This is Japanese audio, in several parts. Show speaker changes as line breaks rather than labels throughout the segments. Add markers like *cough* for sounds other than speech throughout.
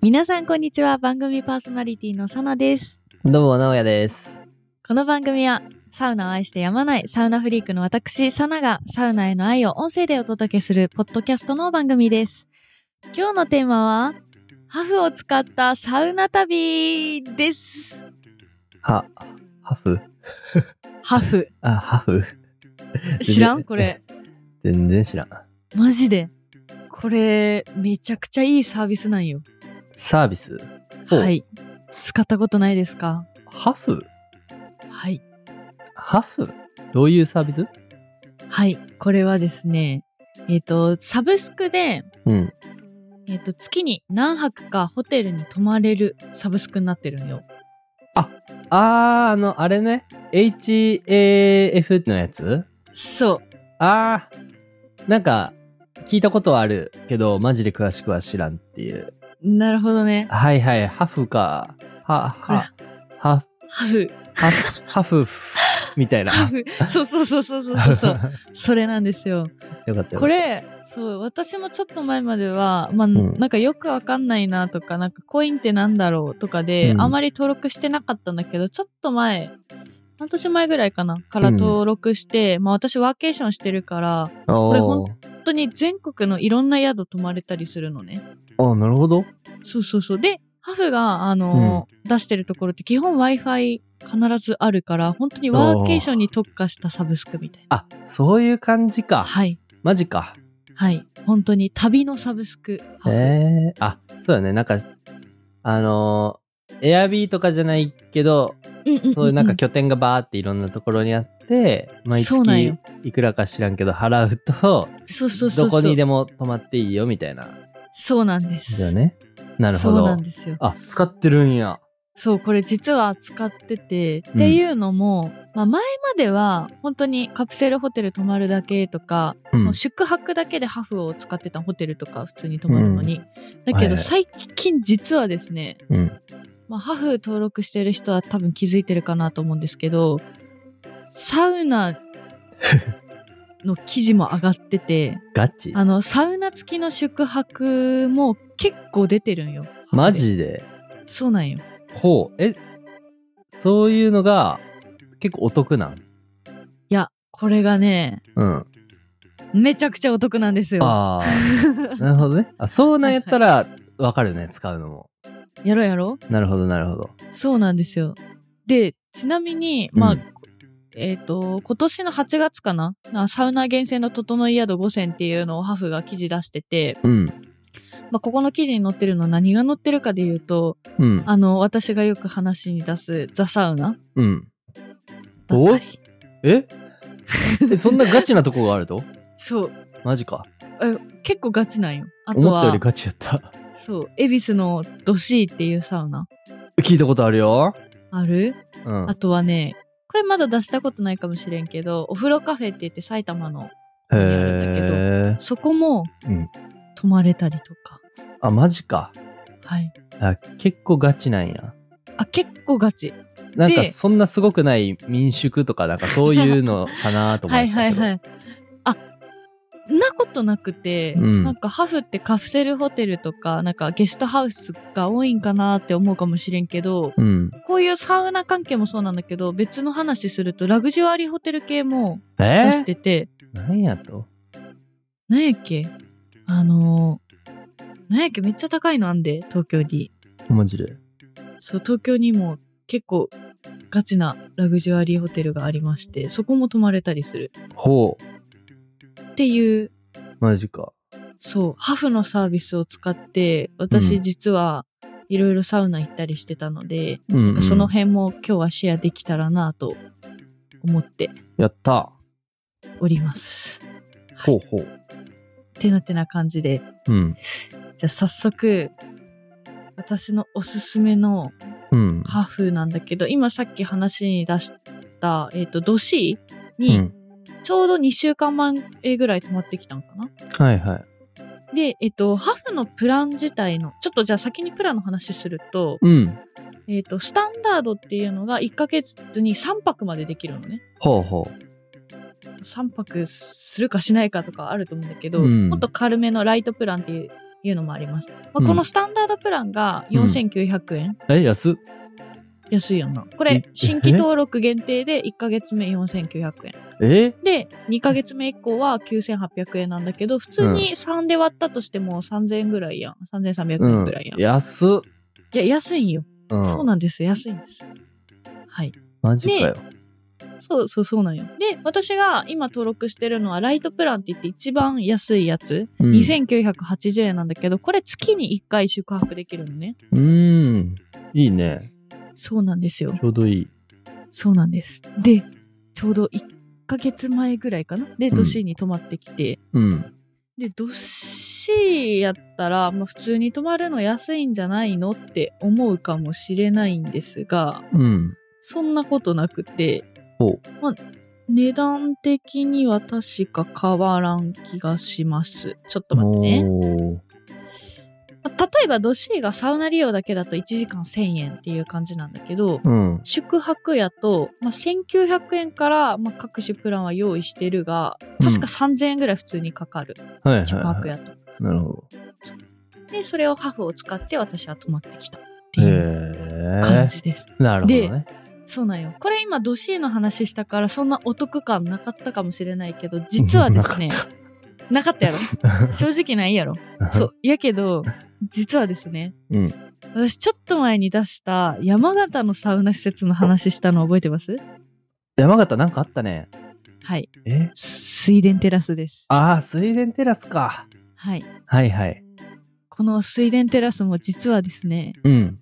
皆さんこんにちは番組パーソナリティのサナです
どうも、なおやです。
この番組はサウナを愛してやまないサウナフリークの私サナがサウナへの愛を音声でお届けするポッドキャストの番組です今日のテーマはハフを使ったサウナ旅です
は、ハフ
ハフ
あ、ハフ
知らんこれ
全然知らん。
マジでこれめちゃくちゃいいサービスなんよ
サービスほう
はい使ったことないですか
ハフ
はい
ハフどういうサービス
はいこれはですねえっ、とサブスクで
うん。
えっと、月に何泊かホテルに泊まれるサブスクになってるんよ。
あー、あの、あれね。HAF のやつ
そ
あー、なんか、聞いたことはあるけど、マジで詳しくは知らんっていう。
う。なるほどね。
はいはい、ハフか。は、
これ
は、は、
ハフ。
ハフ、ハフ、みたい
*laughs*
な。
ハフ。 *laughs* そうそうそうそうそうそう
*laughs*
そう。 *laughs* それなんですよ。
よかったよ。
こ、れ、そう、私もちょっと前までは、まあ、
ん
なんかよくわかんないなとか、なんかコインってなんだろうとかで、
うん
あまり登録してなかったんだけど、ちょっと前、半年前ぐらいかな、から登録して、まあ私ワーケーションしてるから、
こ
れほん本当に全国のいろんな宿泊まれたりするのね。
あ、なるほど。
そうそうそう。で、ハフが、あのー出してるところって基本 Wi-Fi 必ずあるから、本当にワーケーションに特化したサブスクみたい
あ、そういう感じ
な。
か。
はい。
マジか。
はい。本当に旅のサブスク。ハフ
ええあ、そうだね。なんか、あのー、エアビーとかじゃないけど、
うんうんうんうん
そういうなんか拠点がバーっていろんなところにあって、毎
そうなんよ
月いくらか知らんけど払うと、
そうそうそ
ど
うそ
こ
う。
にでも泊まっていいよみたいな。
そうなんで
だよ
す。
ね。なるほ
そうな
ど
ん。ですよ。
あ、使ってるんや。
そう、これ実は使ってて、
うん
っていうのも、まあ前までは本当にカプセルホテル泊まるだけとか、
うん
もう。宿泊だけでハフを使ってたホテルとか普通に泊まるのに。だ
は
け
い
ど
はい
最近実はですね、
うん、
まあ、ハフ登録してる人は多分気づいてるかなと思うんですけど、サウ
*laughs*
ナの記事も上がってて、
ガチ
あの、サウナ付きの宿泊も結構出てるんよ。
マジで
そうなんよ。
ほう。え、そういうのが結構お得なん
いや、これがね、
うん。
めちゃくちゃお得なんですよ。
あ
*laughs*
あ、なるほどね。あ、そうなんやったらわかるね、使うのも。
やろやろ
なるほど、なるほど。
そうなんですよ。で、ちなみに、まあ、
うん
えっ、と、今年の8月かななサウナ厳選の整い宿5選っていうのをハフが記事出してて、
うん。
まあ、ここの記事に載ってるのは何が載ってるかで言うと、
うん。
あの、私がよく話に出すザ・サウナ
うん。
だったり。
え *laughs* えそんなガチなとこがあると
そう。
マジか。
結構ガチなんよ。あと
思ったよ
は
り、ガチやった。
そう、恵比寿のドシーっていうサウナ
聞いたことあるよ。
ある
うん
あ。とはね、これまだ出したことないかもしれんけど、お風呂カフェって言って埼玉の、
へ
る
え。
そこも
うん。
泊まれたりとか。
あ、マジか。
はい。
あ結構ガチなんや。
あ、結構ガチ。
なんか
で
そんなすごくない民宿とかなんかそういうのかなと思
は
っ
い *laughs*
て。。
はいはいい。あ、なことなくて、
うん
なんかハフってカプセルホテルとか、なんかゲストハウスが多いんかなって思うかもしれんけど、
うん。
こういうサウナ関係もそうなんだけど、別の話するとラグジュアリーホテル系も
え
出して
ー、
て、
何やと
なんやっけあのー、なんやっけめっちゃ高いのあんで、東京に。
マジで。
そう、東京にも結構ガチなラグジュアリーホテルがありまして、そこも泊まれたりする。
ほ
っていう、
う。マジか。
そう、ハフのサービスを使って、私
うん
実はいろいろサウナ行ったりしてたので、
うん、うん。
その辺も今日はシェアできたらなと思って
やった。
おります。
ほうほう。
てなてな感じで、
うん。
じゃあ早速、私のおすすめの
うん。
ハーフなんだけど、今さっき話に出した、えっ、と、ドシー
う
に、
ん。
ちょうど2週間前ぐらい泊まってきたんかな、
はいはい。
で、えっ、と、ハーフのプラン自体の、ちょっとじゃあ先にプランの話すると、
うん。
えっ、と、スタンダードっていうのが1ヶ月に3泊までできるのね。
ほうほう。
3泊するかしないかとかあると思うんだけど、
うん
もっと軽めのライトプランっていういうのもあります。
う
まあ、
ん
このスタンダードプランが4900円、
え、安っ
安いよな。こ
え
れ、新規登録限定で1ヶ月目4900円。
え
で、2ヶ月目以降は9800円なんだけど、普通に3で割ったとしても3000円ぐらいやん。3300円ぐらいやん。い
安っ。
や、安いんよ。
うん
そうなんです。安いんです。はい。
マジかよ。
そうそうそうなんよ。で、私が今登録してるのはライトプランって言って一番安いやつ。
うん
2980円なんだけど、これ月に1回宿泊できるのね。
うーん。いいね。
そうなんですよ。
ちょうどいい。
そうなんです。で、ちょうど1ヶ月前ぐらいかな。で、
うん
ドシーに泊まってきて。
うん。
で、ドシーやったら、まあ、普通に泊まるの安いんじゃないのって思うかもしれないんですが、
うん。
そんなことなくて、
ほう。
まあ、値段的には確か変わらん気がします。ちょっと待ってね。
おー
まあ例えば、ドシーがサウナ利用だけだと1時間1000円っていう感じなんだけど、
うん。
宿泊やと、まあ、1900円から、まあ、各種プランは用意してるが、
うん
確か3000円ぐらい普通にかかる。
はいはい、
宿
は
泊やと。
い。なるほど。
で、それをハフを使って私は泊まってきたって
へ
いう
え
感じです。
なるほどね。
そうなんよ。これ今、ドシーの話したから、そんなお得感なかったかもしれないけど、実はですね、なかったやろ正直ないやろそ。う。やけど、実はですね、
うん。
私ちょっと前に出した山形のサウナ施設の話したの覚えてます
山形なんかあったね。
はい。
え
水田テラスです。
ああ、水田テラスか。
はい。
はいはい。
この水田テラスも実はですね、
うん。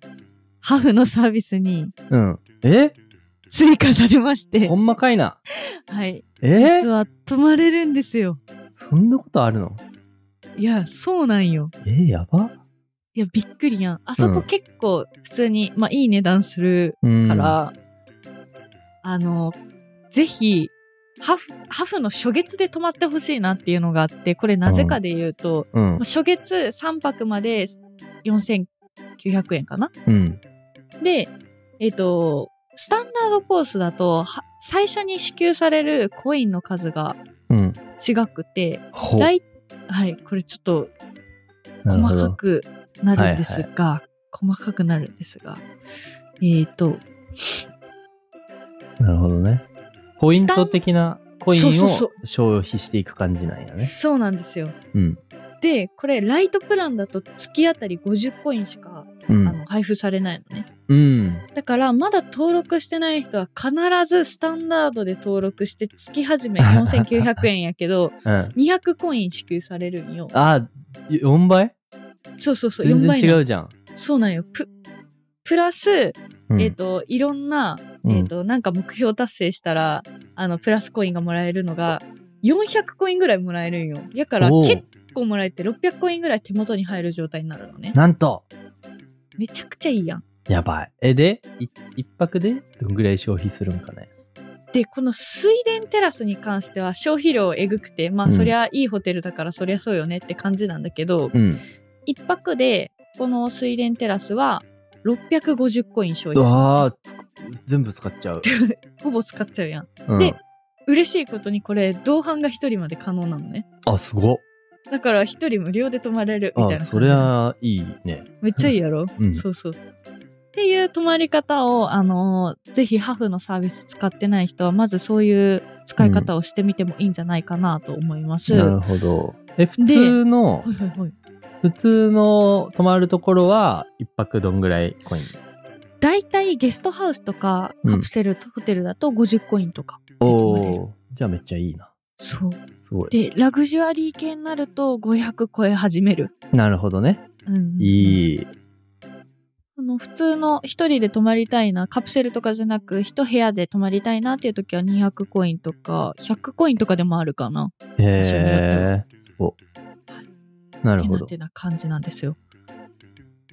ハフのサービスに
うん。え
追加されまして
ほ、んまかいな。
はい。
え
実は泊まれるんですよ。
そんなことあるの
いや、そうなんよ。
えやば
いや、びっくりやん。あそこ結構普通に、まあいい値段する
うん。
から、あの、ぜひ、ハフ、ハフの初月で泊まってほしいなっていうのがあって、これなぜかで言うと、
うん
まあ。初月3泊まで4900円かな
うん。
で、えっ、と、スタンダードコースだと、は最初に支給されるコインの数が
うん。
違くて、
ほう
ライはい、これちょっと
なるほど
細かくなるんですが、細かくなるんですが、えっ、と、
なるほどね。ポイント的なコイン
そうそうそ
を消費していく感じなんやね。
そうなんですよ。
うん。
で、これ、ライトプランだと月当たり50コインしか、
う
あ
ん。
の配布されないのね。
うん。
だから、まだ登録してない人は必ずスタンダードで登録して、月始め4900円やけ
*laughs*
ど、
うん。
200コイン支給されるんよ。
あ、4倍
そうそうそう、
全
4
然
倍
違
な
うじゃん。
そうなんよ。ププラス、
うん
えっ、と、いろんな、
うん
えっ、と、なんか目標達成したら、あの、プラスコインがもらえるのが、400コインぐらいもらえるんよ。やから、
おう
結構もらえて、600コインぐらい手元に入る状態になるのね。
なんと
めちゃくちゃいいやん。
やばい。え、で、い一泊でどんぐらい消費するんかね。
で、この水田テラスに関しては消費量えぐくて、ま
う
あ
ん
そりゃいいホテルだからそりゃそうよねって感じなんだけど、
うん。
一泊でこの水田テラスは650コイン消
う
費する。
わあ、つ全部使っちゃう。
ほぼ使っちゃうやん。
うん
で、嬉しいことにこれ同伴が一人まで可能なのね。
あ、すごっ。
だから一人無料で泊まれるみたいな感じ。
あ、そりゃいいね。
めっちゃいいやろ、
うん
そうそうそう。っていう泊まり方を、あのーぜひハフのサービス使ってない人は、まずそういう使い方をしてみてもいいんじゃないかなと思います。
な
は
るほど。え、普通の
い、はいはい。
普通の泊まるところは、一泊どんぐらいコイン
大体ゲストハウスとかカプセル、ホテルだと50コインとか。
おお、じゃあめっちゃいいな。
そう。
すご
で、
い。
ラグジュアリー系になると500超え始める。
なるほどね。
うん、
いい。
あの普通の一人で泊まりたいな、カプセルとかじゃなく、一部屋で泊まりたいなっていう時は200コインとか、100コインとかでもあるかな。
へえ。お。なるほど
て。なてな感じなんですよ。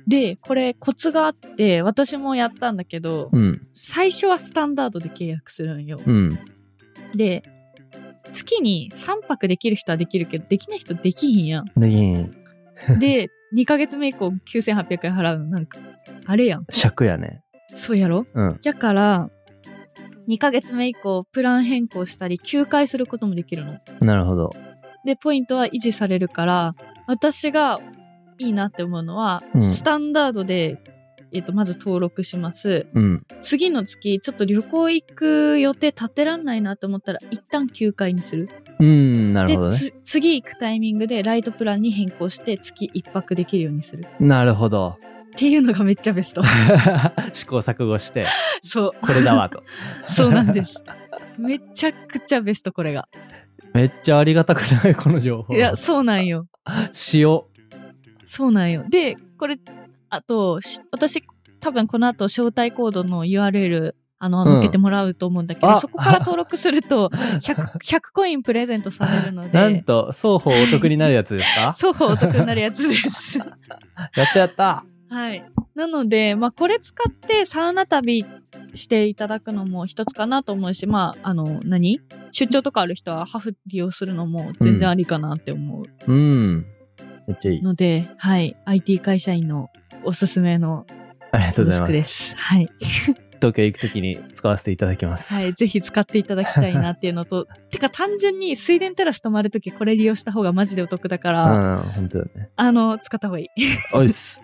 で、これコツがあって、私もやったんだけど、
うん。
最初はスタンダードで契約するんよ。
うん。
で、月に3泊できる人はできるけど、できない人できひんやん。
できん。 *laughs*
で、2ヶ月目以降9800円払うの、なんか、あれやん。
尺やね。
そうやろ
うん。
やから、2ヶ月目以降、プラン変更したり、休会することもできるの。
なるほど。
で、ポイントは維持されるから、私がいいなって思うのは、
うん
スタンダードで、えっとまず登録します
うん。
次の月ちょっと旅行行く予定立てらんないなと思ったら一旦休会にする
うん、なるほど
で
ね。
つ次行くタイミングでライトプランに変更して月一泊できるようにする
なるほ
*laughs*
ど。
っていうのがめっちゃベスト *laughs*
試行錯誤して、
そう
これだわと。 *laughs*
そうなんですめちゃくちゃベストこれが
めっちゃありがたくない、この情報。
いやそうなんよ
塩。
そうなんよでこれあとし私多分この後招待コードの URL あの
うん
載っけてもらうと思うんだけど、
あ
そこから登録する
*laughs*
と 100, 100コインプレゼントされるの
なん
で
と、双方お得になるやつですか
双方お得になるやつ
*laughs*
です
やったやった
はい。なので、まあ、これ使ってサウナ旅していただくのも一つかなと思うし、まあ、あの、何出張とかある人はハフ利用するのも全然ありかなって思う
うん。めっちゃいい。
ので、はい。IT 会社員のおすすめの
ありがと
サ
うご
ブ
ざい
スク
ます。
です。はい。
東京行くときに使わせていただきます。
はい。ぜひ使っていただきたいなっていうの
*laughs*
と、てか単純に水田テラス泊まるときこれ利用した方がマジでお得だか
う
ら、
ん、本当だね。
あの、使った方がい *laughs* い。
おいっす。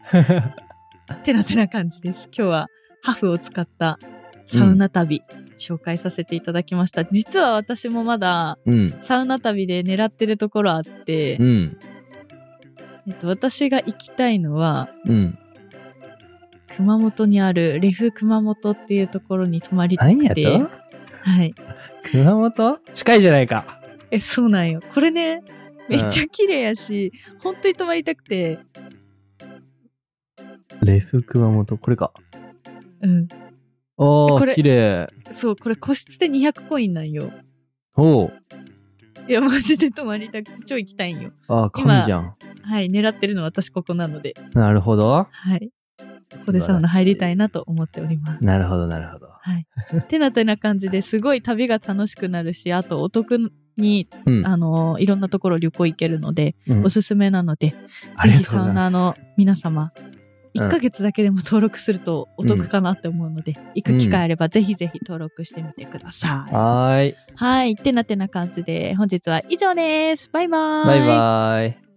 てなてな感じです。今日はハフを使ったサウナ旅、紹介させていただきました。実は私もまだ
うん。
サウナ旅で狙ってるところあって、
うん。
えっと、私が行きたいのは
うん。
熊本にあるレフ熊本っていうところに泊まりた
何や
く、
ってた
はい。
熊本近いじゃないか。
え、そうなんよ。これね、
うん
めっちゃ綺麗やし、本当に泊まりたくて、
レフ熊本、これか。
うん。
お
こ
ー、
れ
綺麗。
そう、これ個室で200コインなんよ。
おー。
いや、マジで泊まりたくて、超行きたいんよ。
あー、
今
神じゃん。
はい、狙ってるのは私ここなので、
なるほど。
はい。ここでサウナ入りたいなと思っております。
なるほど、なるほど。
はい。てなてな感じですごい旅が楽しくなるし、あとお得に、
うん。
あの、いろんなところ旅行行けるので、
うん
おすすめなので、
あ
ぜ
り
ひ
がとうございます
サウナーの皆様、
うん
1ヶ月だけでも登録するとお得かなって思うので、行く機会あればぜひぜひ登録してみてください。
はーい。
はい。てなてな感じで、本日は以上です。バイバーイ。
バイバーイ。